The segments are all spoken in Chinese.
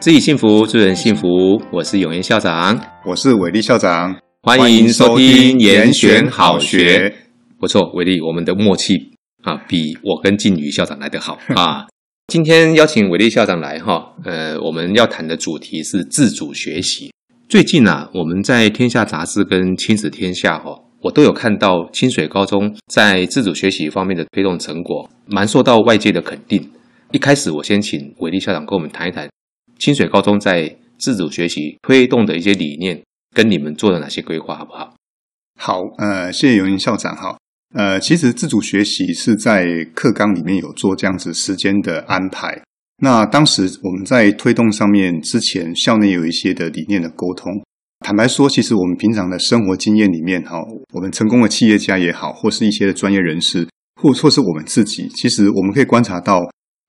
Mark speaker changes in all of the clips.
Speaker 1: 自己幸福，助人幸福。我是永言校长，
Speaker 2: 我是伟力校长，
Speaker 1: 欢迎收听《严选好学》。不错，伟力，我们的默契啊，比我跟靖宇校长来得好啊。今天邀请伟力校长来哈，呃，我们要谈的主题是自主学习。最近啊，我们在《天下杂志》跟《亲子天下》哈，我都有看到清水高中在自主学习方面的推动成果，蛮受到外界的肯定。一开始，我先请伟力校长跟我们谈一谈清水高中在自主学习推动的一些理念，跟你们做了哪些规划，好不好？
Speaker 2: 好，呃，谢谢尤云校长哈。呃，其实自主学习是在课纲里面有做这样子时间的安排。那当时我们在推动上面，之前校内有一些的理念的沟通。坦白说，其实我们平常的生活经验里面，哈，我们成功的企业家也好，或是一些的专业人士，或或是我们自己，其实我们可以观察到，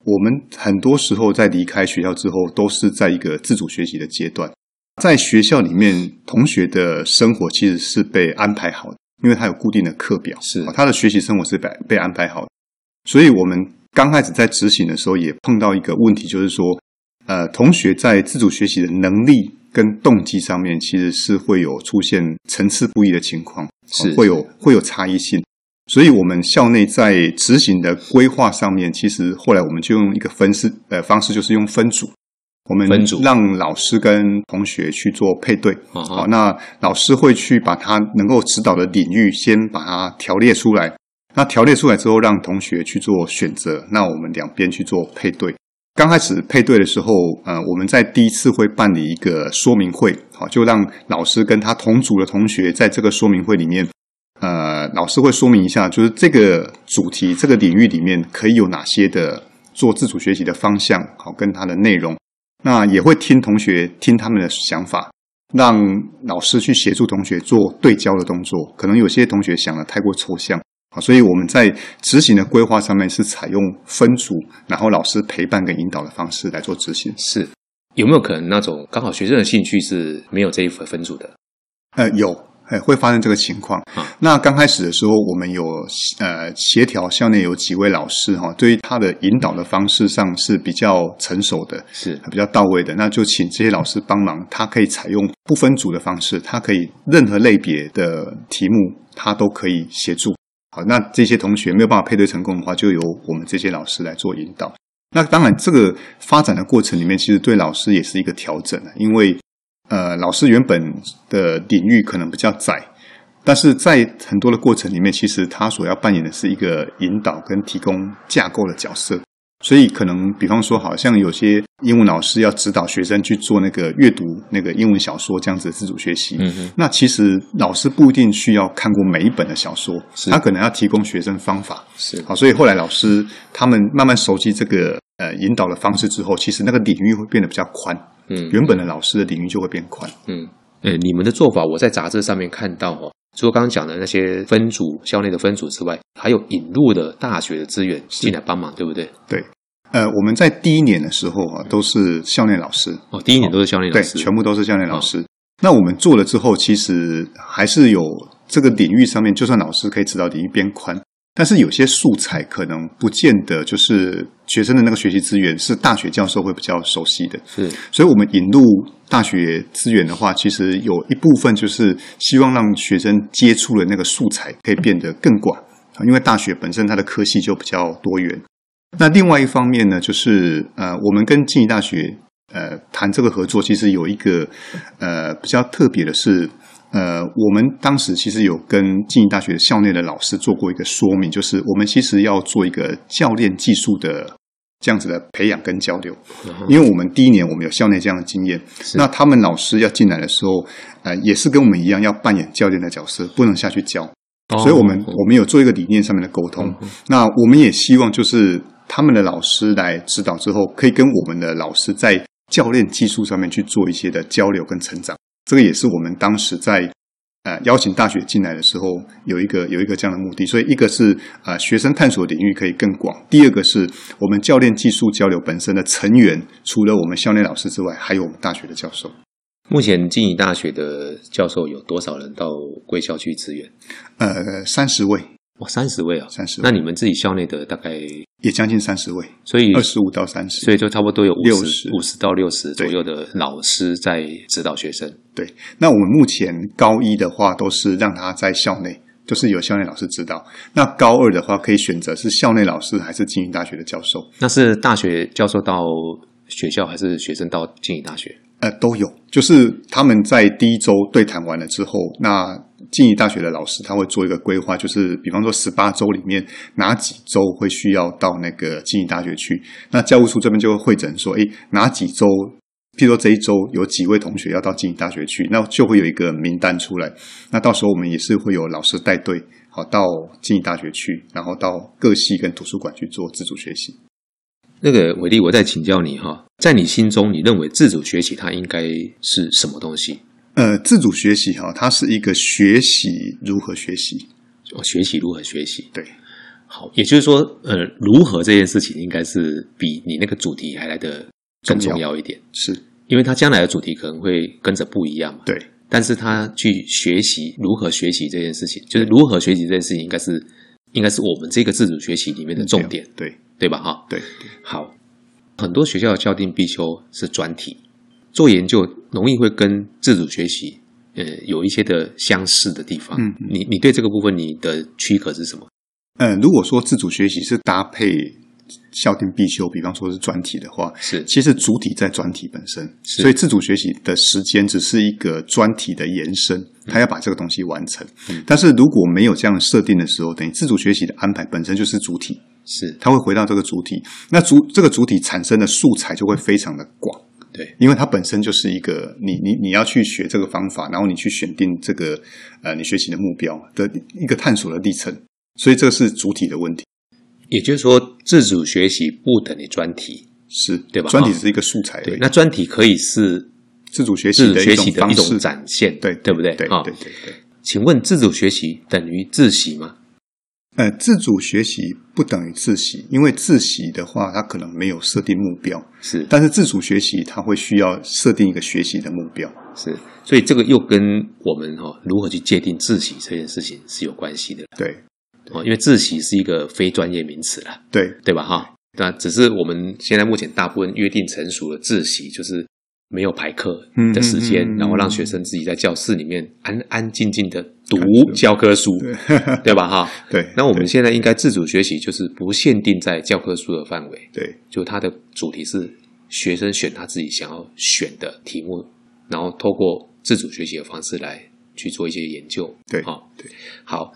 Speaker 2: 我们很多时候在离开学校之后，都是在一个自主学习的阶段。在学校里面，同学的生活其实是被安排好的。因为他有固定的课表，哦
Speaker 1: 是
Speaker 2: 他的学习生活是被被安排好的，所以我们刚开始在执行的时候也碰到一个问题，就是说，呃，同学在自主学习的能力跟动机上面，其实是会有出现层次不一的情况，哦
Speaker 1: 是
Speaker 2: 会有会有差异性。所以，我们校内在执行的规划上面，其实后来我们就用一个分式呃方式，就是用分组，我们
Speaker 1: 分组
Speaker 2: 让老师跟同学去做配对，
Speaker 1: 啊
Speaker 2: 好，，那老师会去把他能够指导的领域先把它条列出来。那条列出来之后，让同学去做选择。那我们两边去做配对。刚开始配对的时候，呃，我们在第一次会办理一个说明会，好，就让老师跟他同组的同学在这个说明会里面，呃，老师会说明一下，就是这个主题、这个领域里面可以有哪些的做自主学习的方向，好，跟它的内容。那也会听同学听他们的想法，让老师去协助同学做对焦的动作。可能有些同学想的太过抽象啊，所以我们在执行的规划上面是采用分组，然后老师陪伴跟引导的方式来做执行。
Speaker 1: 是有没有可能那种刚好学生的兴趣是没有这一分分组的？
Speaker 2: 呃，有，呃，会发生这个情况。
Speaker 1: 啊
Speaker 2: 那刚开始的时候，我们有呃协调校内有几位老师哈、对于他的引导的方式上是比较成熟的，
Speaker 1: 是
Speaker 2: 比较到位的，那就请这些老师帮忙。他可以采用不分组的方式，他可以任何类别的题目，他都可以协助。好，那这些同学没有办法配对成功的话，就由我们这些老师来做引导。那当然，这个发展的过程里面，其实对老师也是一个调整啊因为呃，老师原本的领域可能比较窄，但是在很多的过程里面，其实他所要扮演的是一个引导跟提供架构的角色。所以可能，比方说，好像有些英文老师要指导学生去做那个阅读那个英文小说这样子的自主学习，
Speaker 1: 嗯哼，
Speaker 2: 那其实老师不一定需要看过每一本的小说，
Speaker 1: 是
Speaker 2: 他可能要提供学生方法。
Speaker 1: 是
Speaker 2: 好，所以后来老师他们慢慢熟悉这个呃引导的方式之后，其实那个领域会变得比较宽，
Speaker 1: 嗯
Speaker 2: 原本的老师的领域就会变宽。
Speaker 1: 嗯，呃，你们的做法我在杂志上面看到哦，除了刚刚讲的那些分组校内的分组之外，还有引入的大学的资源进来帮忙，对不对？
Speaker 2: 呃，我们在第一年的时候啊，都是校内老师，嗯
Speaker 1: 哦，第一年都是校内老
Speaker 2: 对，
Speaker 1: 师，
Speaker 2: 全部都是校内老师。那我们做了之后，其实还是有这个领域上面，就算老师可以指导领域变宽，但是有些素材可能不见得就是学生的那个学习资源是大学教授会比较熟悉的。
Speaker 1: 是
Speaker 2: 所以我们引入大学资源的话，其实有一部分就是希望让学生接触的那个素材可以变得更广，啊因为大学本身它的科系就比较多元。那另外一方面呢，就是呃，我们跟静宜大学呃谈这个合作，其实有一个呃比较特别的是，呃，我们当时其实有跟静宜大学校内的老师做过一个说明，就是我们其实要做一个教练技术的这样子的培养跟交流。
Speaker 1: 然后
Speaker 2: 因为我们第一年我们有校内这样的经验，
Speaker 1: 嗯是
Speaker 2: 那他们老师要进来的时候，呃，也是跟我们一样要扮演教练的角色，不能下去教。所以我们、
Speaker 1: 哦嗯
Speaker 2: 我们有做一个理念上面的沟通。那我们也希望就是他们的老师来指导之后，可以跟我们的老师在教练技术上面去做一些的交流跟成长。这个也是我们当时在呃邀请大学进来的时候有一个有一个这样的目的。所以一个是呃学生探索领域可以更广，第二个是我们教练技术交流本身的成员，除了我们校内老师之外，还有我们大学的教授。
Speaker 1: 目前静宜大学的教授有多少人到贵校去支援？
Speaker 2: 呃，三十位，
Speaker 1: 哇，三十位啊！
Speaker 2: 三十位
Speaker 1: 那。你们自己校内的大概
Speaker 2: 也将近三十位，
Speaker 1: 所以
Speaker 2: 二十五到三十。
Speaker 1: 所以就差不多有五十
Speaker 2: 60
Speaker 1: 五十到六十左
Speaker 2: 对
Speaker 1: 右的老师在指导学生。
Speaker 2: 对，那我们目前高一的话都是让他在校内，就是有校内老师指导。那高二的话，可以选择是校内老师还是经营大学的教授，
Speaker 1: 那是大学教授到学校，还是学生到经营大学？
Speaker 2: 呃，都有。就是他们在第一周对谈完了之后，那经营大学的老师他会做一个规划，就是比方说十八周里面哪几周会需要到那个经营大学去，那教务处这边就会会诊说，诶，哪几周。譬如说这一周有几位同学要到经营大学去，那就会有一个名单出来。那到时候我们也是会有老师带队，好到经营大学去，然后到各系跟图书馆去做自主学习。
Speaker 1: 那个伟力，我再请教你哈，在你心中，你认为自主学习它应该是什么东西？
Speaker 2: 呃，自主学习哈，它是一个学习如何学习，
Speaker 1: 哦学习如何学习？
Speaker 2: 对，
Speaker 1: 好，也就是说，呃，如何这件事情应该是比你那个主题还来得更重要一点，
Speaker 2: 是
Speaker 1: 因为它将来的主题可能会跟着不一样嘛。
Speaker 2: 对，
Speaker 1: 但是他去学习如何学习这件事情，就是如何学习这件事情，应该是应该是我们这个自主学习里面的重点，
Speaker 2: 嗯对
Speaker 1: 对吧？哈，
Speaker 2: 对
Speaker 1: 好，很多学校的校定必修是专题，做研究容易会跟自主学习呃有一些的相似的地方。
Speaker 2: 嗯嗯
Speaker 1: 你你对这个部分你的区隔是什么？
Speaker 2: 嗯、呃，如果说自主学习是搭配校定必修，比方说是专题的话，
Speaker 1: 是
Speaker 2: 其实主体在专题本身，
Speaker 1: 是
Speaker 2: 所以自主学习的时间只是一个专题的延伸，他要把这个东西完成。
Speaker 1: 嗯
Speaker 2: 但是如果没有这样的设定的时候，等于自主学习的安排本身就是主体，
Speaker 1: 是，
Speaker 2: 它会回到这个主体，那主这个主体产生的素材就会非常的广。
Speaker 1: 嗯对，
Speaker 2: 因为它本身就是一个你你你要去学这个方法，然后你去选定这个呃你学习的目标的一个探索的历程，所以这是主体的问题，
Speaker 1: 也就是说自主学习不等于专题。
Speaker 2: 是
Speaker 1: 对吧
Speaker 2: 专题只是一个素材而
Speaker 1: 对，
Speaker 2: 已，
Speaker 1: 那专题可以是
Speaker 2: 自主学
Speaker 1: 自
Speaker 2: 习
Speaker 1: 主
Speaker 2: 的
Speaker 1: 学
Speaker 2: 一
Speaker 1: 习
Speaker 2: 种
Speaker 1: 的一
Speaker 2: 方
Speaker 1: 种
Speaker 2: 式，
Speaker 1: 展现，
Speaker 2: 对
Speaker 1: 对不对？
Speaker 2: 对
Speaker 1: 啊
Speaker 2: 对对对。
Speaker 1: 请问自主学习等于自习吗？
Speaker 2: 呃，自主学习不等于自习，因为自习的话，它可能没有设定目标，
Speaker 1: 是
Speaker 2: 但是自主学习它会需要设定一个学习的目标。
Speaker 1: 是，所以这个又跟我们哈、哦、如何去界定自习这件事情是有关系的
Speaker 2: 对
Speaker 1: 哦，因为自习是一个非专业名词啦，
Speaker 2: 对
Speaker 1: 对吧？哈，那只是我们现在目前大部分约定成熟的自习就是。没有排课的时间，
Speaker 2: 嗯嗯嗯嗯
Speaker 1: 然后让学生自己在教室里面安安静静的读
Speaker 2: 看书
Speaker 1: 教科书，
Speaker 2: 对
Speaker 1: 对吧？哈，
Speaker 2: 对，
Speaker 1: 那我们现在应该自主学习，就是不限定在教科书的范围，
Speaker 2: 对
Speaker 1: 就它的主题是学生选他自己想要选的题目，然后透过自主学习的方式来去做一些研究。
Speaker 2: 对
Speaker 1: 好、好，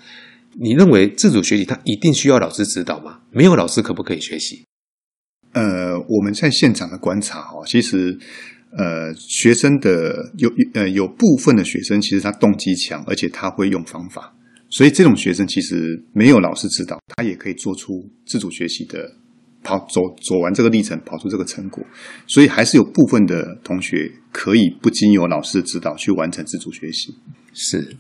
Speaker 1: 你认为自主学习它一定需要老师指导吗？没有老师可不可以学习？
Speaker 2: 呃，我们在现场的观察哦，其实呃，学生的有呃有部分的学生其实他动机强，而且他会用方法，所以这种学生其实没有老师指导，他也可以做出自主学习的跑走走完这个历程，跑出这个成果。所以还是有部分的同学可以不经由老师的指导去完成自主学习。
Speaker 1: 是，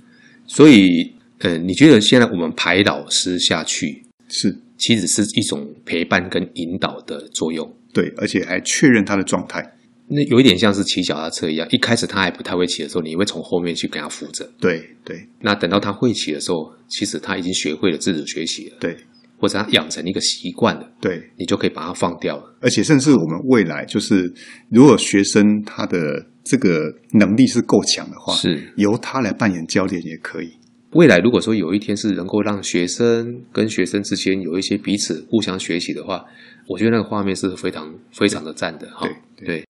Speaker 1: 所以，呃，你觉得现在我们排老师下去，
Speaker 2: 是
Speaker 1: 其实是一种陪伴跟引导的作用。
Speaker 2: 对，而且还确认他的状态。
Speaker 1: 那有一点像是骑脚踏车一样，一开始他还不太会骑的时候，你会从后面去给他扶着。
Speaker 2: 对对
Speaker 1: 那等到他会骑的时候，其实他已经学会了自主学习了，
Speaker 2: 对
Speaker 1: 或者他养成一个习惯了，
Speaker 2: 对，
Speaker 1: 你就可以把它放掉了。
Speaker 2: 而且甚至我们未来就是，如果学生他的这个能力是够强的话，
Speaker 1: 是
Speaker 2: 由他来扮演教练也可以。
Speaker 1: 未来如果说有一天是能够让学生跟学生之间有一些彼此互相学习的话，我觉得那个画面是非常非常的赞的哈。
Speaker 2: 对
Speaker 1: 对，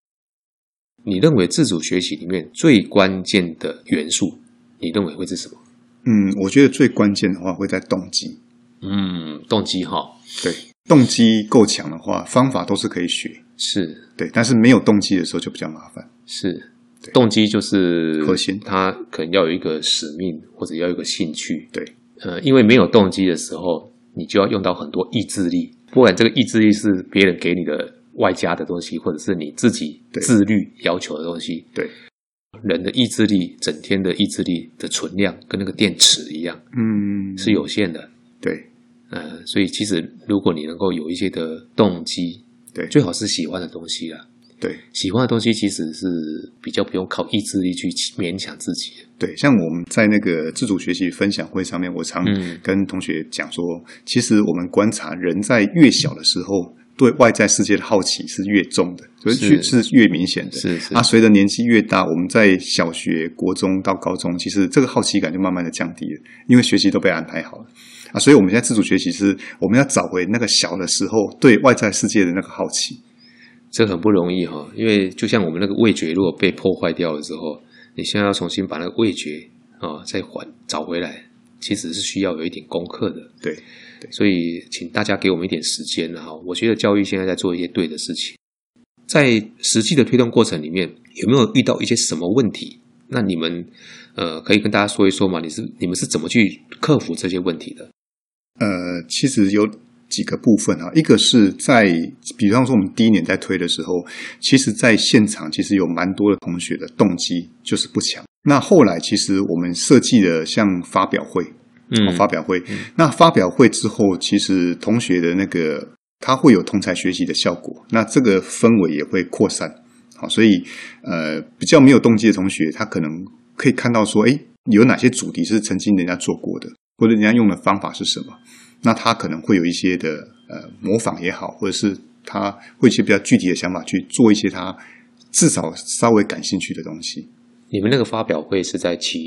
Speaker 1: 你认为自主学习里面最关键的元素，你认为会是什么？
Speaker 2: 嗯，我觉得最关键的话会在动机，
Speaker 1: 嗯，动机哈，
Speaker 2: 对，动机够强的话，方法都是可以学，
Speaker 1: 是
Speaker 2: 对。但是没有动机的时候就比较麻烦，
Speaker 1: 是，
Speaker 2: 对
Speaker 1: 动机就是
Speaker 2: 核心
Speaker 1: 他可能要有一个使命或者要有一个兴趣。
Speaker 2: 对，
Speaker 1: 呃，因为没有动机的时候，你就要用到很多意志力，不管这个意志力是别人给你的外加的东西，或者是你自己
Speaker 2: 对
Speaker 1: 自律要求的东西。
Speaker 2: 对。
Speaker 1: 人的意志力，整天的意志力的存量跟那个电池一样
Speaker 2: 嗯，
Speaker 1: 是有限的。
Speaker 2: 对
Speaker 1: 呃，所以其实如果你能够有一些的动机，
Speaker 2: 对
Speaker 1: 最好是喜欢的东西啦。啊
Speaker 2: 对
Speaker 1: 喜欢的东西其实是比较不用靠意志力去勉强自己的。
Speaker 2: 对，像我们在那个自主学习分享会上面，我常
Speaker 1: 嗯
Speaker 2: 跟同学讲说，其实我们观察人在越小的时候，对外在世界的好奇是越重的，所以
Speaker 1: 是
Speaker 2: 去是越明显的。
Speaker 1: 是是
Speaker 2: 啊，随着年纪越大，我们在小学、国中到高中，其实这个好奇感就慢慢的降低了，因为学习都被安排好了啊。所以我们现在自主学习是，我们要找回那个小的时候对外在世界的那个好奇。
Speaker 1: 这很不容易哈、因为就像我们那个味觉如果被破坏掉了之后，你现在要重新把那个味觉啊、再还找回来，其实是需要有一点功课的。
Speaker 2: 对，
Speaker 1: 所以请大家给我们一点时间哈。我觉得教育现在在做一些对的事情，在实际的推动过程里面，有没有遇到一些什么问题？那你们呃，可以跟大家说一说嘛？你是你们是怎么去克服这些问题的？
Speaker 2: 呃，其实有几个部分啊，一个是在，比方说我们第一年在推的时候，其实在现场其实有蛮多的同学的动机就是不强。那后来其实我们设计了像发表会，哦
Speaker 1: 嗯
Speaker 2: 发表会。那发表会之后，其实同学的那个他会有同才学习的效果，那这个氛围也会扩散。好，所以呃，比较没有动机的同学，他可能可以看到说，哎，有哪些主题是曾经人家做过的，或者人家用的方法是什么？那他可能会有一些的呃模仿也好，或者是他会有一些比较具体的想法去做一些他至少稍微感兴趣的东西。
Speaker 1: 你们那个发表会是在期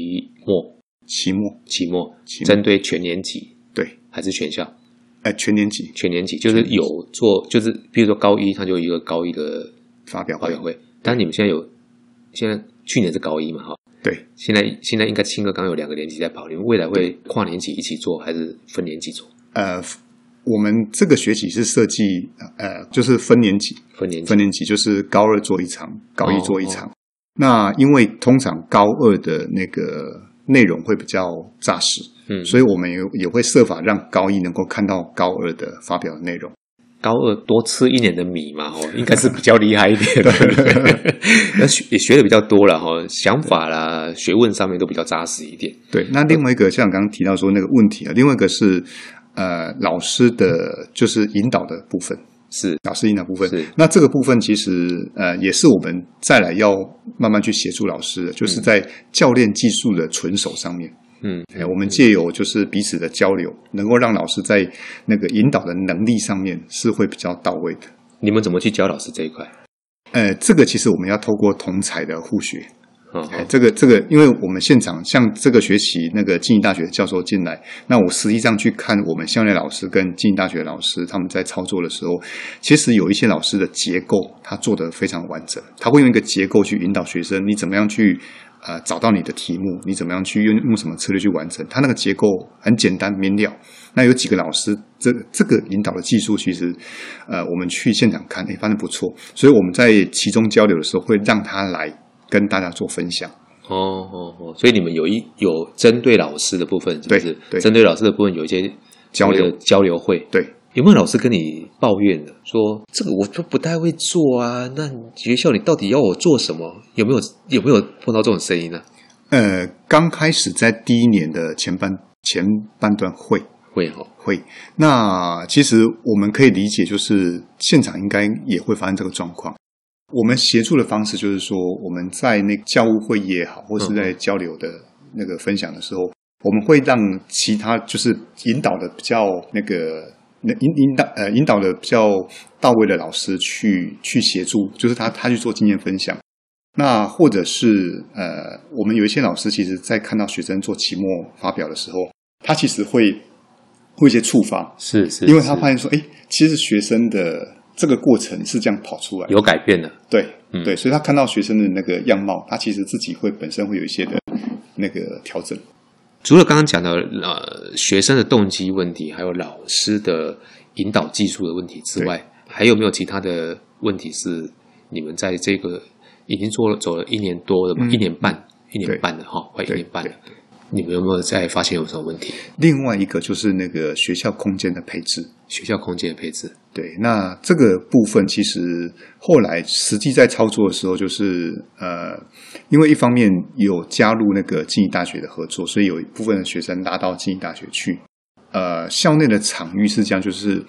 Speaker 1: 末，
Speaker 2: 期末，
Speaker 1: 期末
Speaker 2: 期末
Speaker 1: 针对全年级
Speaker 2: 对，
Speaker 1: 还是全校？
Speaker 2: 呃，全年级
Speaker 1: 全年级就是有做，就是比如说高一，它就有一个高一的
Speaker 2: 发表
Speaker 1: 发
Speaker 2: 会
Speaker 1: 表，会，但你们现在有，现在去年是高一嘛哈，
Speaker 2: 对，
Speaker 1: 现在现在应该青哥刚有两个年级在跑，你们未来会跨年级一起做，还是分年级做？
Speaker 2: 呃，我们这个学期是设计呃，就是分年级，
Speaker 1: 分年级
Speaker 2: 分年级就是高二做一场，高一
Speaker 1: 哦
Speaker 2: 做一场。那因为通常高二的那个内容会比较扎实，
Speaker 1: 嗯
Speaker 2: 所以我们也也会设法让高一能够看到高二的发表的内容。
Speaker 1: 高二多吃一年的米嘛， 哦，应该是比较厉害一点的，那学也学的比较多了哈，想法啦、学问上面都比较扎实一点。
Speaker 2: 对，那另外一个像刚刚提到说那个问题啊，另外一个是呃老师的就是引导的部分，
Speaker 1: 是
Speaker 2: 老师引导部分
Speaker 1: 是。
Speaker 2: 那这个部分其实呃也是我们再来要慢慢去协助老师的，就是在教练技术的纯熟上面。
Speaker 1: 嗯，
Speaker 2: 哎，我们借由就是彼此的交流，能够让老师在那个引导的能力上面是会比较到位的。
Speaker 1: 你们怎么去教老师这一块？
Speaker 2: 呃，这个其实我们要透过同才的互学，
Speaker 1: 哦，
Speaker 2: 哎，
Speaker 1: 哦
Speaker 2: 这个这个，因为我们现场像这个学期那个静宜大学的教授进来，那我实际上去看我们校内老师跟静宜大学的老师他们在操作的时候，其实有一些老师的结构他做得非常完整，他会用一个结构去引导学生，你怎么样去呃找到你的题目，你怎么样去用用什么策略去完成，他那个结构很简单明了。那有几个老师，这这个引导的技术，其实，呃，我们去现场看，哎，发现不错，所以我们在其中交流的时候，会让他来跟大家做分享。
Speaker 1: 哦哦哦，所以你们有一有针对老师的部分，是不是
Speaker 2: 对？对
Speaker 1: 针对老师的部分有一些
Speaker 2: 交流
Speaker 1: 所谓的交流会，
Speaker 2: 对，
Speaker 1: 有没有老师跟你抱怨的，说这个我都不太会做啊？那学校你到底要我做什么？有没有有没有碰到这种声音呢、
Speaker 2: 呃，刚开始在第一年的前半前半段会
Speaker 1: 会哈、哦，
Speaker 2: 会，那其实我们可以理解，就是现场应该也会发生这个状况。我们协助的方式就是说，我们在那个教务会议也好，或是在交流的那个分享的时候，我们会让其他就是引导的比较那个。那引引导呃引导的比较到位的老师去去协助，就是他他去做经验分享，那或者是呃，我们有一些老师，其实在看到学生做期末发表的时候，他其实会会有一些触发，
Speaker 1: 是是
Speaker 2: 因为他发现说，哎，其实学生的这个过程是这样跑出来的，
Speaker 1: 有改变了，
Speaker 2: 对、
Speaker 1: 嗯
Speaker 2: 对，所以他看到学生的那个样貌，他其实自己会本身会有一些的那个调整。
Speaker 1: 除了刚刚讲的呃学生的动机问题，还有老师的引导技术的问题之外，还有没有其他的问题是你们在这个已经做了走了一年多了嘛，
Speaker 2: 嗯
Speaker 1: 一年半，一
Speaker 2: 对
Speaker 1: 年半了哈，快一
Speaker 2: 对
Speaker 1: 年半了
Speaker 2: 对，
Speaker 1: 你们有没有在发现有什么问题？
Speaker 2: 另外一个就是那个学校空间的配置，
Speaker 1: 学校空间的配置，
Speaker 2: 对，那这个部分其实后来实际在操作的时候，就是呃，因为一方面有加入那个静宜大学的合作，所以有一部分的学生拉到静宜大学去。呃，校内的场域是这样，就是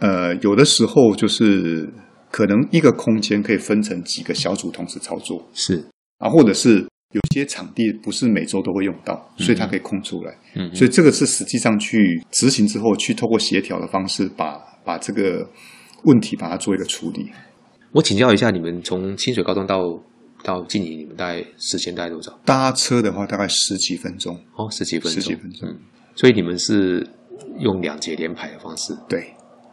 Speaker 2: 呃，有的时候就是可能一个空间可以分成几个小组同时操作
Speaker 1: 是，
Speaker 2: 啊，或者是有些场地不是每周都会用到，所以它可以空出来。
Speaker 1: 嗯，
Speaker 2: 所以这个是实际上去执行之后，去透过协调的方式把，把这个问题把它做一个处理。
Speaker 1: 我请教一下，你们从清水高中到到静怡，你们大概时间大概多少？
Speaker 2: 搭车的话，大概十几分钟。
Speaker 1: 哦，十几分钟，
Speaker 2: 十几分钟
Speaker 1: 嗯，所以你们是用两节连排的方式，
Speaker 2: 对，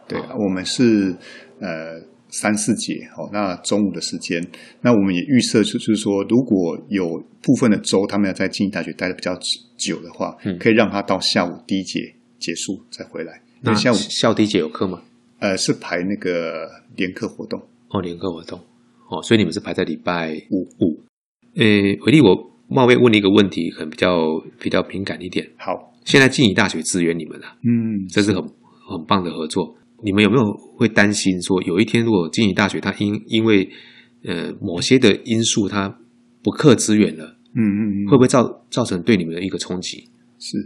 Speaker 2: 对，
Speaker 1: 好
Speaker 2: 我们是呃三四节哦，那中午的时间，那我们也预设就是说，如果有部分的州他们要在静宜大学待的比较久的话，
Speaker 1: 嗯
Speaker 2: 可以让他到下午第一节结束再回来，因
Speaker 1: 那
Speaker 2: 为下午
Speaker 1: 校第一节有课吗？
Speaker 2: 呃是排那个联课活动，
Speaker 1: 哦，联课活动哦，所以你们是排在礼拜五五。呃，伟力，我冒昧问你一个问题，可能比较比较敏感一点。
Speaker 2: 好，
Speaker 1: 现在静宜大学支援你们了、啊
Speaker 2: 嗯，
Speaker 1: 这是很很棒的合作。你们有没有会担心说，有一天如果静宜大学它因因为呃某些的因素它不克资源了，
Speaker 2: 嗯嗯嗯，
Speaker 1: 会不会造造成对你们的一个冲击？
Speaker 2: 是，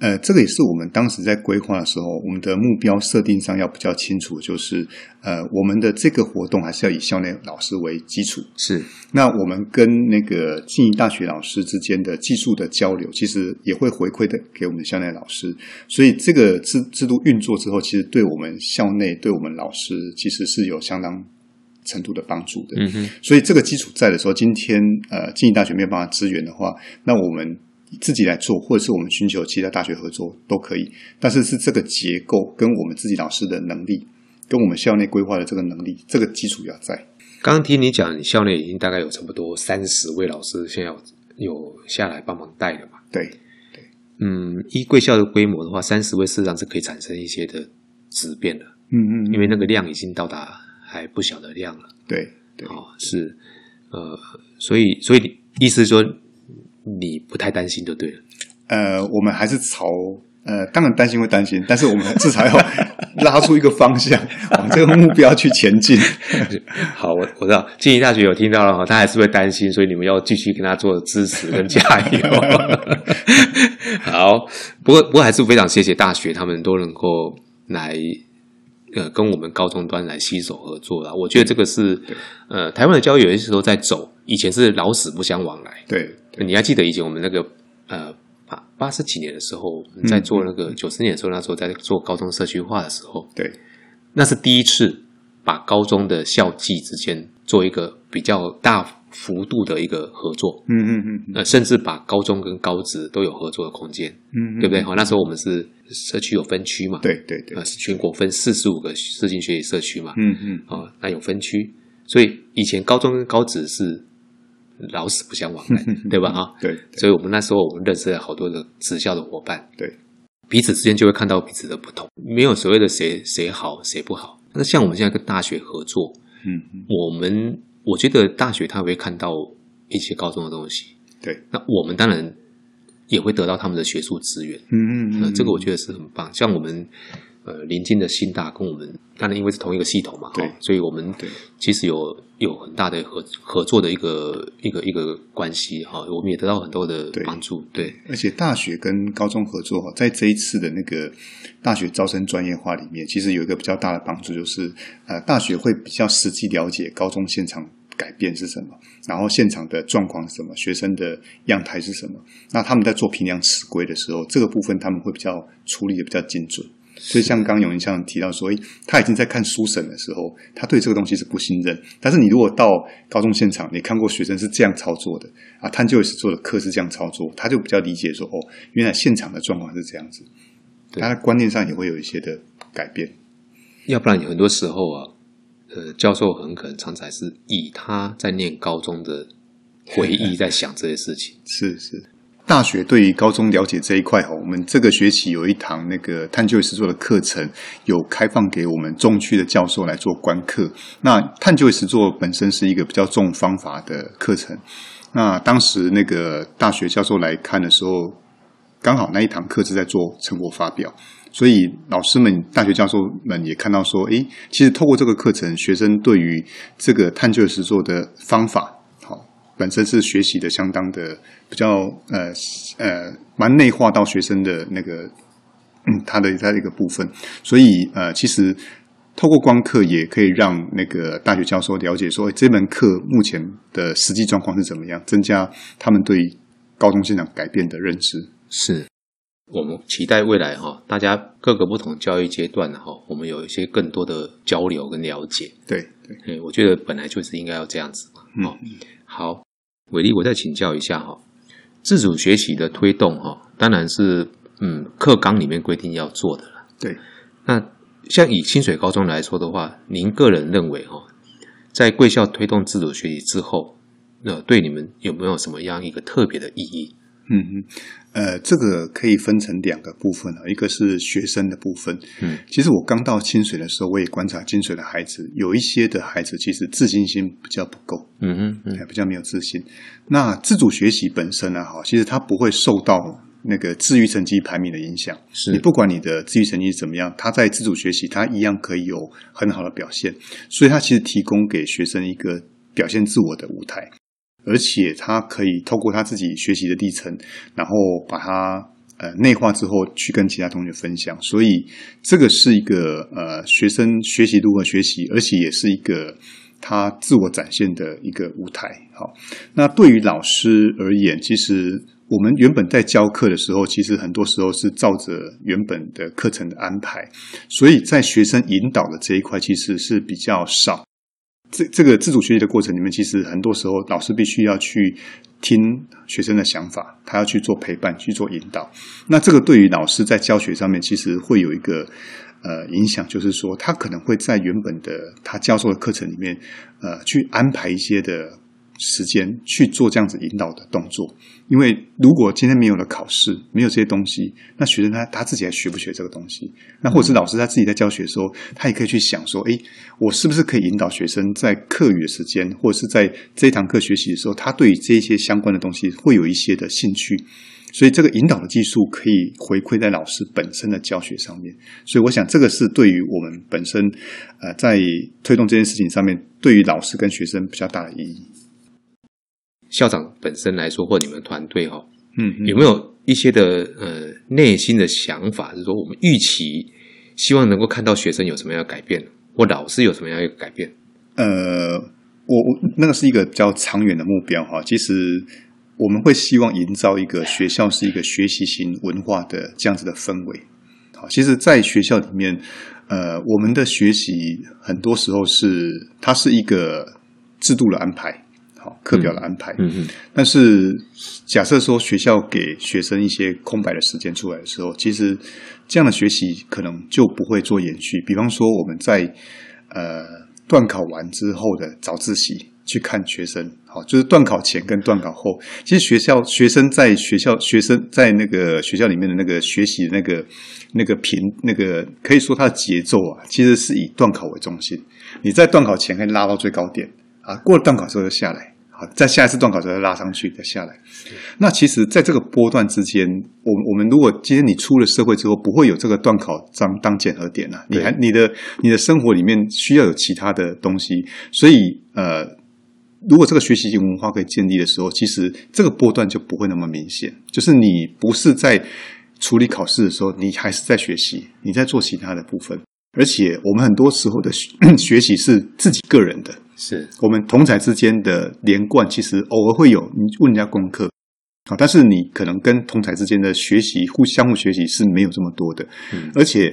Speaker 2: 呃，这个也是我们当时在规划的时候，我们的目标设定上要比较清楚，就是呃，我们的这个活动还是要以校内老师为基础。
Speaker 1: 是
Speaker 2: 那我们跟那个静宜大学老师之间的技术的交流，其实也会回馈的给我们校内老师，所以这个制制度运作之后，其实对我们校内对我们老师其实是有相当程度的帮助的。
Speaker 1: 嗯哼，
Speaker 2: 所以这个基础在的时候，今天呃，静宜大学没有办法支援的话，那我们自己来做，或者是我们寻求其他大学合作都可以。但是是这个结构跟我们自己老师的能力，跟我们校内规划的这个能力，这个基础要在。
Speaker 1: 刚刚听你讲，你校内已经大概有差不多三十位老师现在有有下来帮忙带了嘛？
Speaker 2: 对，
Speaker 1: 嗯，依贵校的规模的话，三十位事实上是可以产生一些的质变的，
Speaker 2: 嗯嗯，
Speaker 1: 因为那个量已经到达还不小的量了。
Speaker 2: 对对
Speaker 1: 哦，是，呃，所以所以你意思是说你不太担心就对了。
Speaker 2: 呃，我们还是朝呃，当然担心会担心，但是我们至少要拉出一个方向，往这个目标去前进。
Speaker 1: 好，我我知道，静宜大学有听到了哈，他还是会担心，所以你们要继续跟他做支持跟加油。好，不过不过还是非常谢谢大学，他们都能够来。呃，跟我们高中端来携手合作啦，我觉得这个是，呃，台湾的教育有些时候在走，以前是老死不相往来，
Speaker 2: 对，
Speaker 1: 你还记得以前我们那个呃八八十几年的时候，我们在做那个九十年的时候，那时候在做高中社区化的时候，
Speaker 2: 对，
Speaker 1: 那是第一次把高中的校际之间做一个比较大幅度的一个合作，
Speaker 2: 嗯嗯嗯嗯
Speaker 1: 呃，甚至把高中跟高职都有合作的空间，
Speaker 2: 嗯，嗯
Speaker 1: 对不对？？好，那时候我们是社区有分区嘛，，
Speaker 2: 对对对
Speaker 1: 呃，，全国分四十五个市境学习社区嘛，
Speaker 2: 嗯嗯，
Speaker 1: 啊、那有分区，所以以前高中跟高职是老死不相往 来，对吧？啊，
Speaker 2: 对对
Speaker 1: 所以我们那时候我们认识了好多的职校的伙伴，
Speaker 2: 对，
Speaker 1: 彼此之间就会看到彼此的不同，没有所谓的谁谁好谁不好。那像我们现在跟大学合作，
Speaker 2: 嗯嗯
Speaker 1: 我们我觉得大学他会看到一些高中的东西，
Speaker 2: 对，
Speaker 1: 那我们当然也会得到他们的学术资源，
Speaker 2: 嗯嗯
Speaker 1: 呃
Speaker 2: 嗯，
Speaker 1: 这个我觉得是很棒。像我们呃临近的新大跟我们，当然因为是同一个系统嘛，哈
Speaker 2: 对
Speaker 1: 所以我们
Speaker 2: 对
Speaker 1: 其实有有很大的合合作的一个一个一个关系哈、我们也得到很多的
Speaker 2: 对
Speaker 1: 帮助，对
Speaker 2: 而且大学跟高中合作哈，在这一次的那个大学招生专业化里面，其实有一个比较大的帮助，就是呃，大学会比较实际了解高中现场改变是什么，然后现场的状况是什么，学生的样态是什么。那他们在做评量尺规的时候，这个部分他们会比较处理的比较精准。所以，像刚刚永英像提到说，诶，他已经在看书审的时候，他对这个东西是不信任。但是你如果到高中现场，你看过学生是这样操作的，啊，探究室做的课是这样操作，他就比较理解说，哦，原来现场的状况是这样子，
Speaker 1: 对
Speaker 2: 他的观念上也会有一些的改变。
Speaker 1: 要不然很多时候啊，呃，教授很可能常常是以他在念高中的回忆在想这些事 情。
Speaker 2: 是是，大学对于高中了解这一块哦哈，我们这个学期有一堂那个探究室做的课程，有开放给我们中区的教授来做观课。那探究室做本身是一个比较重方法的课程，那当时那个大学教授来看的时候，刚好那一堂课是在做成果发表。所以老师们、大学教授们也看到说，诶，其实透过这个课程，学生对于这个探究实作的方法，哦好，本身是学习的相当的比较呃呃蛮内化到学生的那个嗯他的他的一个部分，所以呃其实。透过观课也可以让那个大学教授了解说，诶哎这门课目前的实际状况是怎么样，增加他们对于高中现场改变的认知。
Speaker 1: 是我们期待未来哈，大家各个不同教育阶段哈，我们有一些更多的交流跟了解。
Speaker 2: 对对，
Speaker 1: 嗯，我觉得本来就是应该要这样子嘛。
Speaker 2: 嗯
Speaker 1: 哦，好，伟力，我再请教一下哈，自主学习的推动哈，当然是嗯课纲里面规定要做的了。
Speaker 2: 对，
Speaker 1: 那像以清水高中来说的话，您个人认为哈，在贵校推动自主学习之后，那对你们有没有什么样一个特别的意义？
Speaker 2: 嗯哼，呃，这个可以分成两个部分啊，一个是学生的部分。
Speaker 1: 嗯，
Speaker 2: 其实我刚到清水的时候，我也观察清水的孩子，有一些的孩子其实自信心比较不够，
Speaker 1: 嗯哼，嗯
Speaker 2: 哎，比较没有自信。那自主学习本身呢，哈，其实它不会受到那个自愈成绩排名的影响。
Speaker 1: 是
Speaker 2: 你不管你的自愈成绩怎么样，他在自主学习，他一样可以有很好的表现。所以，他其实提供给学生一个表现自我的舞台，而且他可以透过他自己学习的历程，然后把它呃内化之后去跟其他同学分享。所以，这个是一个呃学生学习如何学习，而且也是一个。他自我展现的一个舞台，好，那对于老师而言，其实我们原本在教课的时候，其实很多时候是照着原本的课程的安排，所以在学生引导的这一块其实是比较少。这这个自主学习的过程里面，其实很多时候老师必须要去听学生的想法，他要去做陪伴，去做引导。那这个对于老师在教学上面，其实会有一个呃影响，就是说他可能会在原本的他教授的课程里面，呃，去安排一些的时间去做这样子引导的动作。因为如果今天没有了考试，没有这些东西，那学生他他自己还学不学这个东西？那或者是老师他自己在教学的时候，他也可以去想说，诶，我是不是可以引导学生在课余的时间，或者是在这一堂课学习的时候，他对于这一些相关的东西会有一些的兴趣。所以这个引导的技术可以回馈在老师本身的教学上面，所以我想这个是对于我们本身，呃，在推动这件事情上面，对于老师跟学生比较大的意义。
Speaker 1: 校长本身来说，或你们团队哈、哦，
Speaker 2: 嗯
Speaker 1: 有没有一些的呃内心的想法，是说我们预期希望能够看到学生有什么样的改变，或老师有什么样的改变？
Speaker 2: 呃，我我那个是一个比较长远的目标哈。其实我们会希望营造一个学校是一个学习型文化的这样子的氛围。好，其实，在学校里面，呃，我们的学习很多时候是它是一个制度的安排，好课表的安排。
Speaker 1: 嗯嗯，
Speaker 2: 但是假设说学校给学生一些空白的时间出来的时候，其实这样的学习可能就不会做延续。比方说我们在呃段考完之后的早自习去看学生，好，就是段考前跟段考后，其实学校学生在学校学生在那个学校里面的那个学习的那个那个频那个可以说它的节奏啊，其实是以段考为中心。你在段考前可以拉到最高点啊，过了段考之后就下来，好，在下一次段考之后再拉上去，再下来。那其实，在这个波段之间，我我们如果今天你出了社会之后，不会有这个段考当当检核点了、啊，你还你的你的生活里面需要有其他的东西，所以呃，如果这个学习型文化可以建立的时候，其实这个波段就不会那么明显，就是你不是在处理考试的时候，你还是在学习，你在做其他的部分。而且我们很多时候的学 学习是自己个人的，
Speaker 1: 是
Speaker 2: 我们同才之间的连贯，其实偶尔会有你问人家功课啊，但是你可能跟同才之间的学习互相互学习是没有这么多的，
Speaker 1: 嗯
Speaker 2: 而且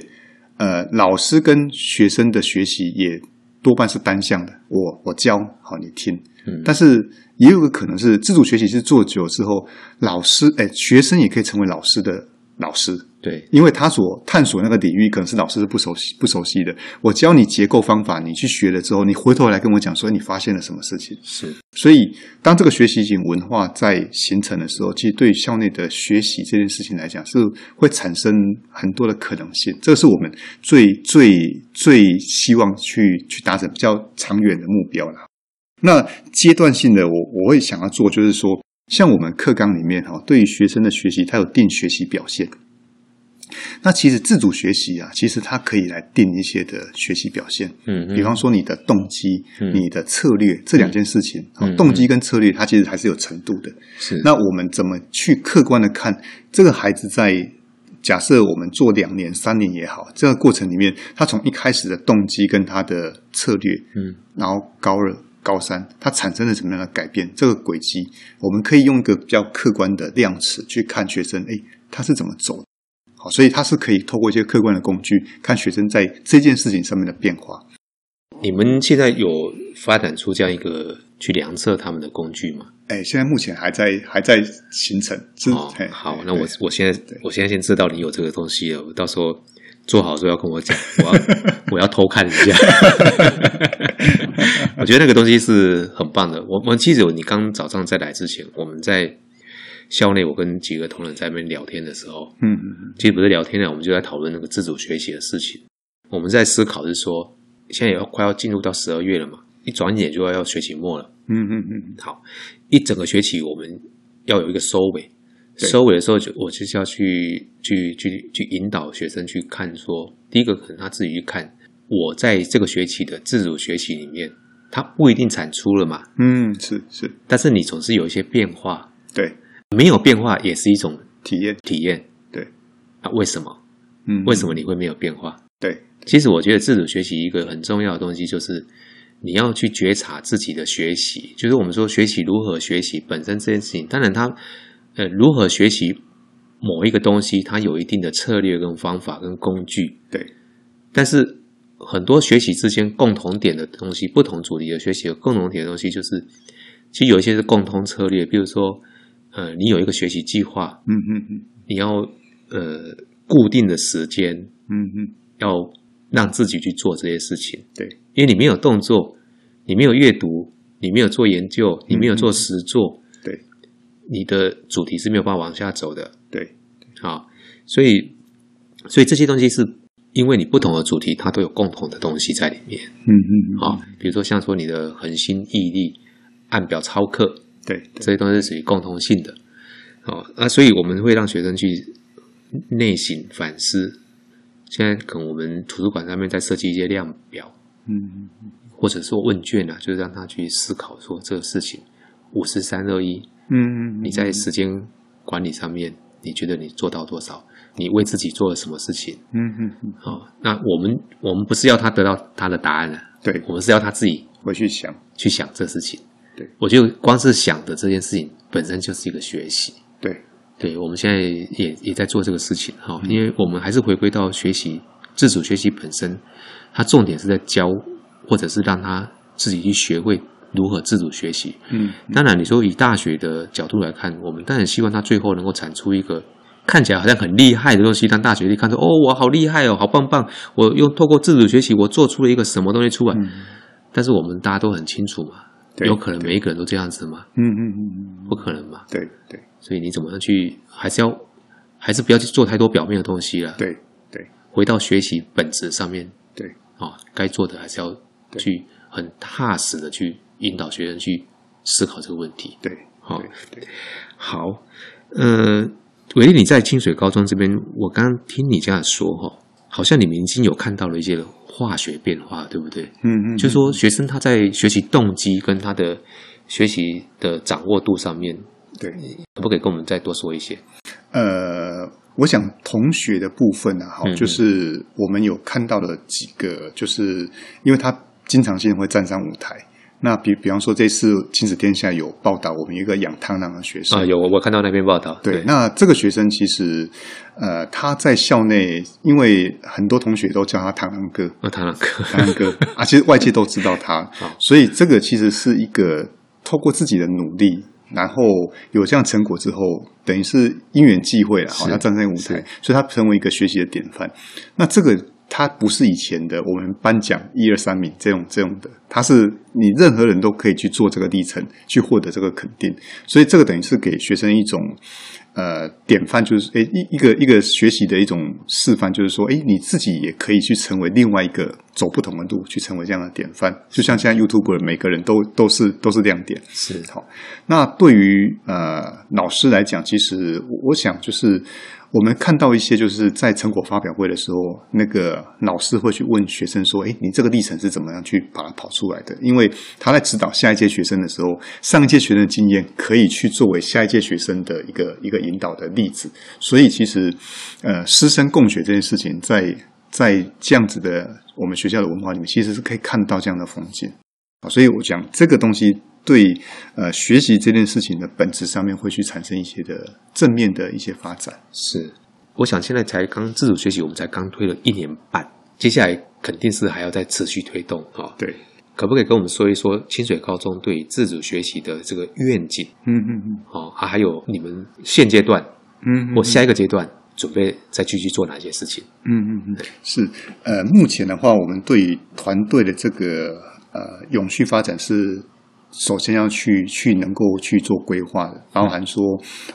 Speaker 2: 呃，老师跟学生的学习也多半是单向的，我我教好你听，
Speaker 1: 嗯
Speaker 2: 但是也有个可能是自主学习是做久之后，老师哎，学生也可以成为老师的老师，
Speaker 1: 对，
Speaker 2: 因为他所探索那个领域，可能是老师是不熟悉不熟悉的。我教你结构方法，你去学了之后，你回头来跟我讲说你发现了什么事情。
Speaker 1: 是
Speaker 2: 所以，当这个学习型文化在形成的时候，其实对校内的学习这件事情来讲，是会产生很多的可能性。这是我们最最最希望去去达成比较长远的目标啦。那阶段性的我，我会想要做，就是说，像我们课纲里面哈，对于学生的学习，它有定学习表现。那其实自主学习啊，其实它可以来定一些的学习表现。
Speaker 1: 嗯
Speaker 2: 比方说你的动机、
Speaker 1: 嗯
Speaker 2: 你的策略这两件事情，啊
Speaker 1: 嗯
Speaker 2: 动机跟策略它其实还是有程度的。
Speaker 1: 是
Speaker 2: 那我们怎么去客观的看这个孩子在假设我们做两年、三年也好，这个过程里面，他从一开始的动机跟他的策略，
Speaker 1: 嗯，
Speaker 2: 然后高二、高三，它产生了什么样的改变？这个轨迹，我们可以用一个比较客观的量尺去看学生，哎，他是怎么走的。好，所以他是可以透过一些客观的工具，看学生在这件事情上面的变化。
Speaker 1: 你们现在有发展出这样一个去量测他们的工具吗？
Speaker 2: 哎，现在目前还在还在形成。是
Speaker 1: 哦
Speaker 2: 哎，
Speaker 1: 好
Speaker 2: 哎，
Speaker 1: 那我
Speaker 2: 对
Speaker 1: 我现在
Speaker 2: 对
Speaker 1: 我现在先知道你有这个东西了，我到时候做好之后要跟我讲，我要我要偷看一下。 我觉得那个东西是很棒的。我我记得你刚早上在来之前，我们在校内，我跟几个同仁在那边聊天的时候，
Speaker 2: 嗯嗯
Speaker 1: 其实不是聊天了，我们就在讨论那个自主学习的事情。我们在思考是说，现在也要快要进入到十二月了嘛，一转眼就要要学期末了。
Speaker 2: 嗯嗯嗯
Speaker 1: 好，一整个学期我们要有一个收尾，
Speaker 2: 对
Speaker 1: 收尾的时候就我就是要去去去去引导学生去看说，第一个可能他自己去看我在这个学期的自主学习里面，他不一定产出了嘛，
Speaker 2: 嗯嗯，是是，
Speaker 1: 但是你总是有一些变化，
Speaker 2: 对，
Speaker 1: 没有变化也是一种
Speaker 2: 体验，
Speaker 1: 体验。
Speaker 2: 对，
Speaker 1: 啊，为什么？
Speaker 2: 嗯，
Speaker 1: 为什么你会没有变化？
Speaker 2: 对，
Speaker 1: 其实我觉得自主学习一个很重要的东西就是你要去觉察自己的学习，就是我们说学习如何学习本身这件事情，当然它呃如何学习某一个东西，它有一定的策略跟方法跟工具，
Speaker 2: 对，
Speaker 1: 但是很多学习之间共同点的东西，不同主题的学习有共同点的东西，就是其实有一些是共通策略，比如说呃你有一个学习计划，
Speaker 2: 嗯嗯嗯
Speaker 1: 你要呃固定的时间，
Speaker 2: 嗯嗯，
Speaker 1: 要让自己去做这些事情，
Speaker 2: 对，
Speaker 1: 因为你没有动作，你没有阅读，你没有做研究，你没有做实做，
Speaker 2: 嗯对
Speaker 1: 你的主题是没有办法往下走的
Speaker 2: 对，
Speaker 1: 啊。所以，所以这些东西是因为你不同的主题，它都有共同的东西在里面
Speaker 2: 嗯嗯，
Speaker 1: 啊。比如说像说你的恒心毅力、按表操课，
Speaker 2: 对对
Speaker 1: 这些都是属于共通性的。哦，那所以我们会让学生去内省反思。现在可能我们图书馆上面在设计一些量表，
Speaker 2: 嗯嗯
Speaker 1: 或者说问卷啊，就是让他去思考说这个事情五十三二一，
Speaker 2: 嗯，
Speaker 1: 你在时间管理上面，你觉得你做到多少？你为自己做了什么事情？
Speaker 2: 嗯嗯嗯，
Speaker 1: 哦，那我们我们不是要他得到他的答案了、
Speaker 2: 对，
Speaker 1: 我们是要他自己
Speaker 2: 回去想，
Speaker 1: 去想这事情。
Speaker 2: 对，
Speaker 1: 我觉得光是想的这件事情本身就是一个学习。
Speaker 2: 对，
Speaker 1: 对，我们现在也也在做这个事情哈、
Speaker 2: 嗯
Speaker 1: 因为我们还是回归到学习自主学习本身，它重点是在教，或者是让他自己去学会如何自主学习。
Speaker 2: 嗯
Speaker 1: 当然，你说以大学的角度来看，我们当然希望他最后能够产出一个看起来好像很厉害的东西，让大学一看说：“哦，我好厉害哦，好棒棒！我用透过自主学习，我做出了一个什么东西出来。但是我们大家都很清楚嘛，
Speaker 2: 嗯对
Speaker 1: 有可能每一个人都这样子吗？
Speaker 2: 嗯嗯嗯嗯，
Speaker 1: 不可能嘛。
Speaker 2: 对对
Speaker 1: 所以你怎么样去，还是要，还是不要去做太多表面的东西了。，
Speaker 2: 对对
Speaker 1: 回到学习本质上面
Speaker 2: 对，
Speaker 1: 啊、哦该做的还是要
Speaker 2: 对
Speaker 1: 去很踏实的去引导学生去思考这个问题。哦
Speaker 2: 对
Speaker 1: 好、
Speaker 2: 对对，
Speaker 1: 好，呃，伟力，你在清水高中这边，我刚刚听你这样说哈、哦，好像你们已经有看到了一些化学变化，对不对？
Speaker 2: 嗯嗯，
Speaker 1: 就是说学生他在学习动机跟他的学习的掌握度上面，
Speaker 2: 对。
Speaker 1: 可不可以跟我们再多说一些？
Speaker 2: 呃，我想同学的部分呢、啊，
Speaker 1: 嗯
Speaker 2: 哈，
Speaker 1: 嗯
Speaker 2: 就是我们有看到的几个，就是因为他经常性会站上舞台。那比比方说，这次《亲子天下》有报道，我们有一个养螳螂的学生
Speaker 1: 啊，有我我看到那篇报道，
Speaker 2: 对，那这个学生其实，呃，他在校内，因为很多同学都叫他螳 螂哥，
Speaker 1: 那螳螂哥，
Speaker 2: 螳螂哥啊，其实外界都知道他，所以这个其实是一个透过自己的努力，然后有这样成果之后，等于是因缘际会了，好，
Speaker 1: 是
Speaker 2: 他站在舞
Speaker 1: 是
Speaker 2: 台，所以他成为一个学习的典范。那这个他不是以前的我们颁奖一二三名这种这种的，他是你任何人都可以去做这个历程，去获得这个肯定。所以这个等于是给学生一种呃典范，就是诶一一个一个学习的一种示范，就是说诶你自己也可以去成为另外一个走不同的路，去成为这样的典范。就像现在 YouTube 每个人都都是都是亮点。
Speaker 1: 是
Speaker 2: 好，那对于呃老师来讲，其实我我想就是我们看到一些就是在成果发表会的时候，那个老师会去问学生说：“诶，你这个历程是怎么样去把它跑出来的？”因为以他在指导下一届学生的时候，上一届学生的经验可以去作为下一届学生的一个一个引导的例子。所以其实，呃，师生共学这件事情在，在这样子的我们学校的文化里面，其实是可以看到这样的风景。啊所以我讲这个东西对呃学习这件事情的本质上面会去产生一些的正面的一些发展。
Speaker 1: 是，我想现在才刚自主学习，我们才刚推了一年半，接下来肯定是还要再持续推动哈、
Speaker 2: 对，
Speaker 1: 可不可以跟我们说一说清水高中对自主学习的这个愿景？
Speaker 2: 嗯嗯嗯
Speaker 1: 哦，啊，还有你们现阶段
Speaker 2: 嗯
Speaker 1: 或下一个阶段准备再继续做哪些事情？
Speaker 2: 嗯嗯嗯，是呃，目前的话，我们对于团队的这个呃永续发展是首先要去去能够去做规划的，包含说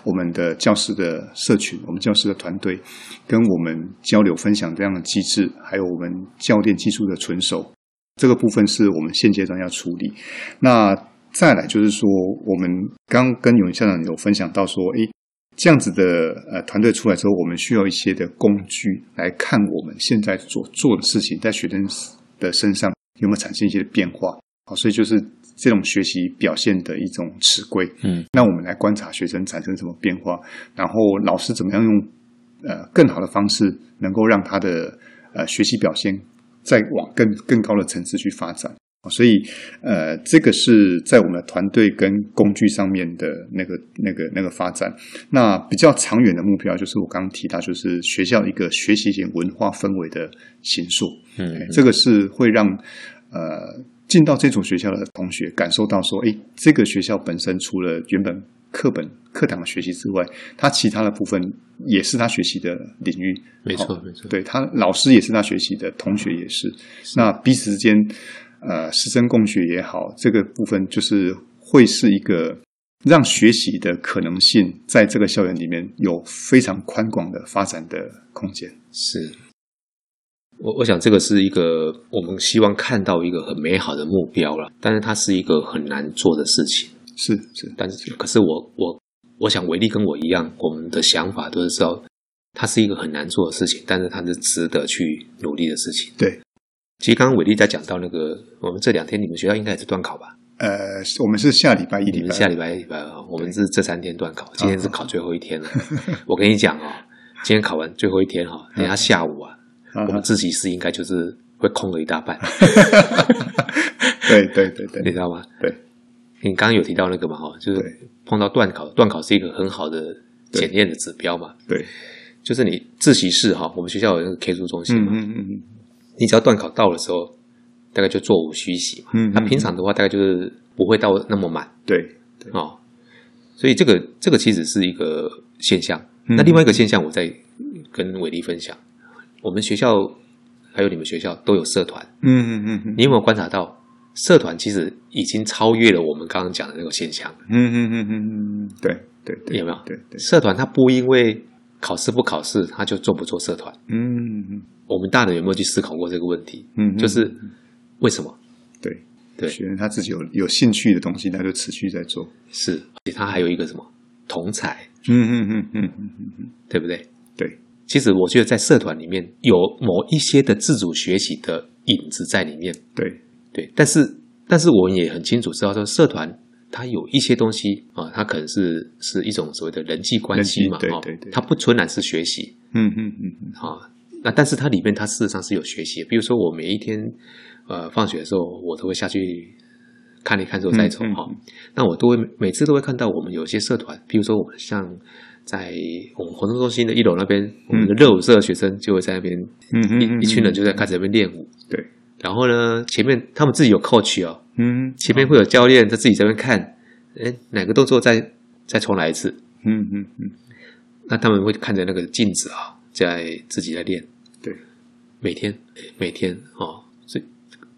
Speaker 2: 我们的教师的社群、我们教师的团队跟我们交流分享这样的机制，还有我们教练技术的纯熟，这个部分是我们现阶段要处理。那再来就是说，我们刚跟永校长有分享到说，诶，这样子的呃团队出来之后，我们需要一些的工具来看我们现在所做的事情在学生的身上有没有产生一些变化。好，所以就是这种学习表现的一种尺规。
Speaker 1: 嗯，
Speaker 2: 那我们来观察学生产生什么变化，然后老师怎么样用呃更好的方式，能够让他的呃学习表现再往更更高的层次去发展。所以，呃，这个是在我们的团队跟工具上面的那个、那个、那个发展。那比较长远的目标，就是我刚刚提到，就是学校一个学习型文化氛围的形塑。
Speaker 1: 嗯
Speaker 2: 哎，这个是会让呃进到这所学校的同学感受到说，哎，这个学校本身除了原本课本课堂的学习之外，它其他的部分也是他学习的领域。
Speaker 1: 没错
Speaker 2: 好
Speaker 1: 没错
Speaker 2: 对他老师也是他学习的，同学也是。那彼此之间，呃，师生共学也好，这个部分就是会是一个。让学习的可能性在这个校园里面有非常宽广的发展的空间。
Speaker 1: 是。我我想这个是一个我们希望看到一个很美好的目标了，但是它是一个很难做的事情。
Speaker 2: 是是，
Speaker 1: 但是可是我我我想维利跟我一样，我们的想法都是知道它是一个很难做的事情，但是它是值得去努力的事情。
Speaker 2: 对，
Speaker 1: 其实刚刚伟丽在讲到那个，我们这两天你们学校应该也是断考吧？
Speaker 2: 呃，我们是下礼拜嗯一
Speaker 1: 你
Speaker 2: 礼
Speaker 1: 们
Speaker 2: 拜
Speaker 1: 下礼拜礼拜二，我们是这三天断考，今天是考最后一天 了。我跟你讲哦，今天考完最后一天哈、
Speaker 2: 嗯
Speaker 1: 哦，等一下下午啊，
Speaker 2: 啊
Speaker 1: 我们自习室应该就是会空了一大半，
Speaker 2: 嗯对对对
Speaker 1: 你
Speaker 2: 对
Speaker 1: 知道吗？
Speaker 2: 对，
Speaker 1: 你刚刚有提到那个嘛哈，就是
Speaker 2: 对
Speaker 1: 碰到断考，断考是一个很好的检验的指标嘛，
Speaker 2: 对，
Speaker 1: 就是你自习室哈，我们学校有那个 K 书中心
Speaker 2: 嗯
Speaker 1: 嘛，
Speaker 2: 嗯嗯
Speaker 1: 你只要断考到的时候，大概就座无虚席嘛。
Speaker 2: 嗯嗯
Speaker 1: 那平常的话，大概就是不会到那么满。
Speaker 2: 嗯，对，
Speaker 1: 哦，所以这个这个其实是一个现象。
Speaker 2: 嗯
Speaker 1: 那另外一个现象，我再跟伟丽分享，我们学校还有你们学校都有社团，
Speaker 2: 嗯嗯嗯
Speaker 1: 你有没有观察到社团其实已经超越了我们刚刚讲的那个现象？
Speaker 2: 嗯嗯嗯嗯嗯，对对对，
Speaker 1: 有没有
Speaker 2: 对对，
Speaker 1: 社团它不因为考试不考试，它就做不做社团？
Speaker 2: 嗯嗯
Speaker 1: 我们大人有没有去思考过这个问题？
Speaker 2: 嗯，
Speaker 1: 就是为什么？
Speaker 2: 对
Speaker 1: 对
Speaker 2: 学生他自己有有兴趣的东西，他就持续在做。
Speaker 1: 是，而且它还有一个什么同才，
Speaker 2: 嗯嗯嗯嗯嗯，
Speaker 1: 对不对？
Speaker 2: 对，
Speaker 1: 其实我觉得在社团里面有某一些的自主学习的影子在里面，
Speaker 2: 对
Speaker 1: 对。但是，但是我们也很清楚知道说，社团它有一些东西啊，它可能是是一种所谓的人际关系嘛，
Speaker 2: 人际对
Speaker 1: 哦
Speaker 2: 对对
Speaker 1: 它不纯然是学习
Speaker 2: 嗯嗯嗯嗯，
Speaker 1: 啊。那但是它里面它事实上是有学习的，比如说我每一天呃放学的时候，我都会下去看一看之后再走
Speaker 2: 嗯嗯
Speaker 1: 哈、那我都会每次都会看到我们有些社团，比如说我们像。在我们活动中心的一楼那边，我们的热舞社的学生就会在那边
Speaker 2: 嗯嗯嗯
Speaker 1: 一一群人就在开始在那边练舞，
Speaker 2: 对，
Speaker 1: 然后呢，前面他们自己有 coach 哦，
Speaker 2: 嗯
Speaker 1: 前面会有教练在自己这边看，哎，哪个动作再再重来一次，
Speaker 2: 嗯嗯嗯，
Speaker 1: 那他们会看着那个镜子啊、在自己在练，
Speaker 2: 对，
Speaker 1: 每天每天哦，所以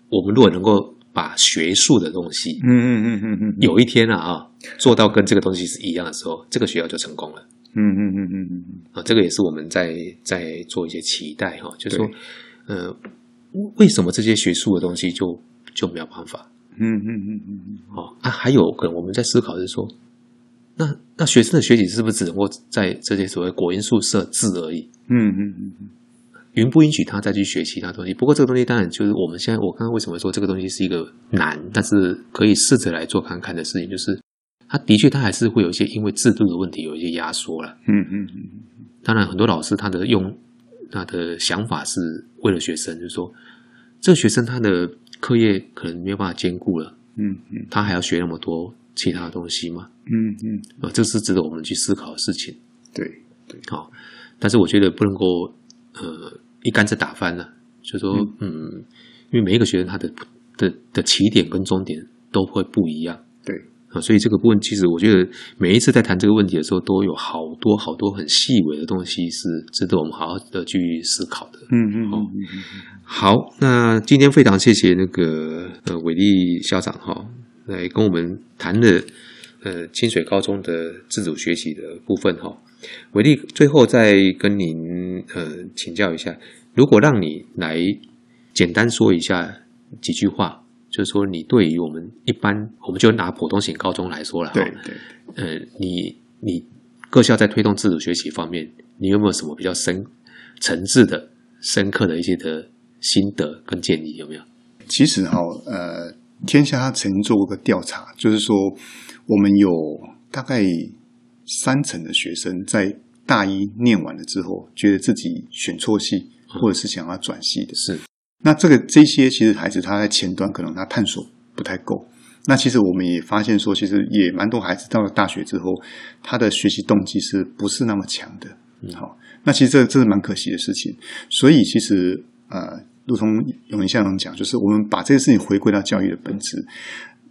Speaker 1: 我们如果能够把学术的东西，
Speaker 2: 嗯嗯嗯嗯嗯，
Speaker 1: 有一天啊啊，做到跟这个东西是一样的时候，这个学校就成功了。
Speaker 2: 嗯嗯嗯嗯嗯，
Speaker 1: 啊，这个也是我们在在做一些期待哈、就是说
Speaker 2: 对，
Speaker 1: 呃，为什么这些学术的东西就就没有办法？
Speaker 2: 嗯嗯嗯嗯
Speaker 1: 哦啊，还有可能我们在思考是说，那那学生的学习是不是只能够在这些所谓国音宿舍制而已？
Speaker 2: 嗯嗯嗯，
Speaker 1: 允不允许他再去学其他东西。不过这个东西当然就是我们现在，我刚刚为什么说这个东西是一个难，但是可以试着来做看看的事情，就是他的确他还是会有一些因为制度的问题有一些压缩了。
Speaker 2: 嗯嗯嗯，
Speaker 1: 当然，很多老师他的用他的想法是为了学生，就是说这个学生他的课业可能没有办法兼顾了，
Speaker 2: 嗯嗯
Speaker 1: 他还要学那么多其他东西吗？
Speaker 2: 嗯嗯，
Speaker 1: 啊，这是值得我们去思考的事情。
Speaker 2: 对，
Speaker 1: 好、但是我觉得不能够呃一竿子打翻了，就说嗯因为每一个学生他的的的起点跟终点都会不一样，
Speaker 2: 对
Speaker 1: 啊，所以这个部分其实我觉得每一次在谈这个问题的时候，都有好多好多很细微的东西是值得我们好好的去思考的。
Speaker 2: 嗯嗯
Speaker 1: 好
Speaker 2: 嗯嗯
Speaker 1: 好，那今天非常谢谢那个呃伟力校长哈、来跟我们谈了呃清水高中的自主学习的部分哈、伟力最后再跟您呃请教一下，如果让你来简单说一下几句话，就是说你对于我们一般，我们就拿普通型高中来说了、哈
Speaker 2: 对对。
Speaker 1: 呃，你你各校在推动自主学习方面，你有没有什么比较深层次的、深刻的一些的心得跟建议？有没有？
Speaker 2: 其实哈、呃，天下他曾经做过个调查，就是说我们有大概三成的学生在大一念完了之后，觉得自己选错系，或者是想要转系的。
Speaker 1: 是
Speaker 2: 那这个这些其实孩子他在前端可能他探索不太够。那其实我们也发现说，其实也蛮多孩子到了大学之后，他的学习动机是不是那么强的？
Speaker 1: 嗯
Speaker 2: 好、那其实这这是蛮可惜的事情。所以其实呃，如同永年校长讲，就是我们把这个事情回归到教育的本质。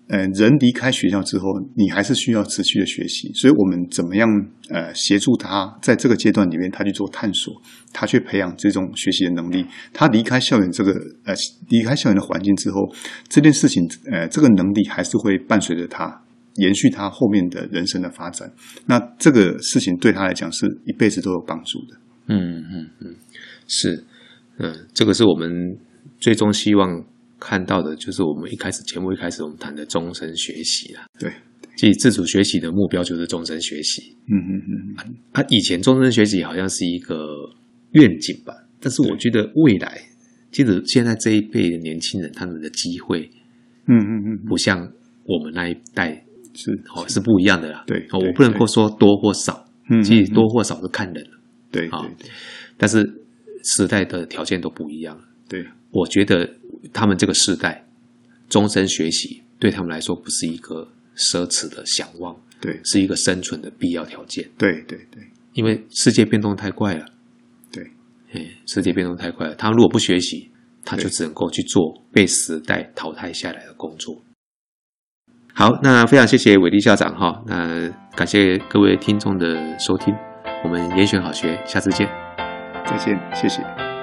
Speaker 2: 呃，人离开学校之后，你还是需要持续的学习，所以我们怎么样呃协助他在这个阶段里面，他去做探索，他去培养这种学习的能力。他离开校园这个呃离开校园的环境之后，这件事情呃这个能力还是会伴随着他延续他后面的人生的发展。那这个事情对他来讲是一辈子都有帮助的。
Speaker 1: 嗯嗯嗯，是，嗯、这个是我们最终希望看到的，就是我们一开始节目一开始我们谈的终身学习啊。
Speaker 2: 对，
Speaker 1: 即自主学习的目标就是终身学习。
Speaker 2: 嗯嗯嗯嗯，
Speaker 1: 啊，以前终身学习好像是一个愿景吧，但是我觉得未来，其实现在这一辈的年轻人，他们的机会
Speaker 2: 嗯嗯嗯嗯，
Speaker 1: 不像我们那一代
Speaker 2: 是
Speaker 1: 哦是不一样的啦。
Speaker 2: 对
Speaker 1: 哦，
Speaker 2: 对
Speaker 1: 我不能够说多或少，
Speaker 2: 嗯
Speaker 1: 其实多或少是看人了，
Speaker 2: 对对
Speaker 1: 好但是时代的条件都不一样了。
Speaker 2: 对对
Speaker 1: 我觉得他们这个时代，终身学习对他们来说不是一个奢侈的向往，
Speaker 2: 对
Speaker 1: 是一个生存的必要条件，
Speaker 2: 对对对
Speaker 1: 因为世界变动太快了。
Speaker 2: 对，
Speaker 1: 哎，世界变动太快了，他如果不学习，他就
Speaker 2: 对
Speaker 1: 只能够去做被时代淘汰下来的工作。好，那非常谢谢伟力校长哈，那感谢各位听众的收听，我们严选好学，下次见。
Speaker 2: 再见，谢谢。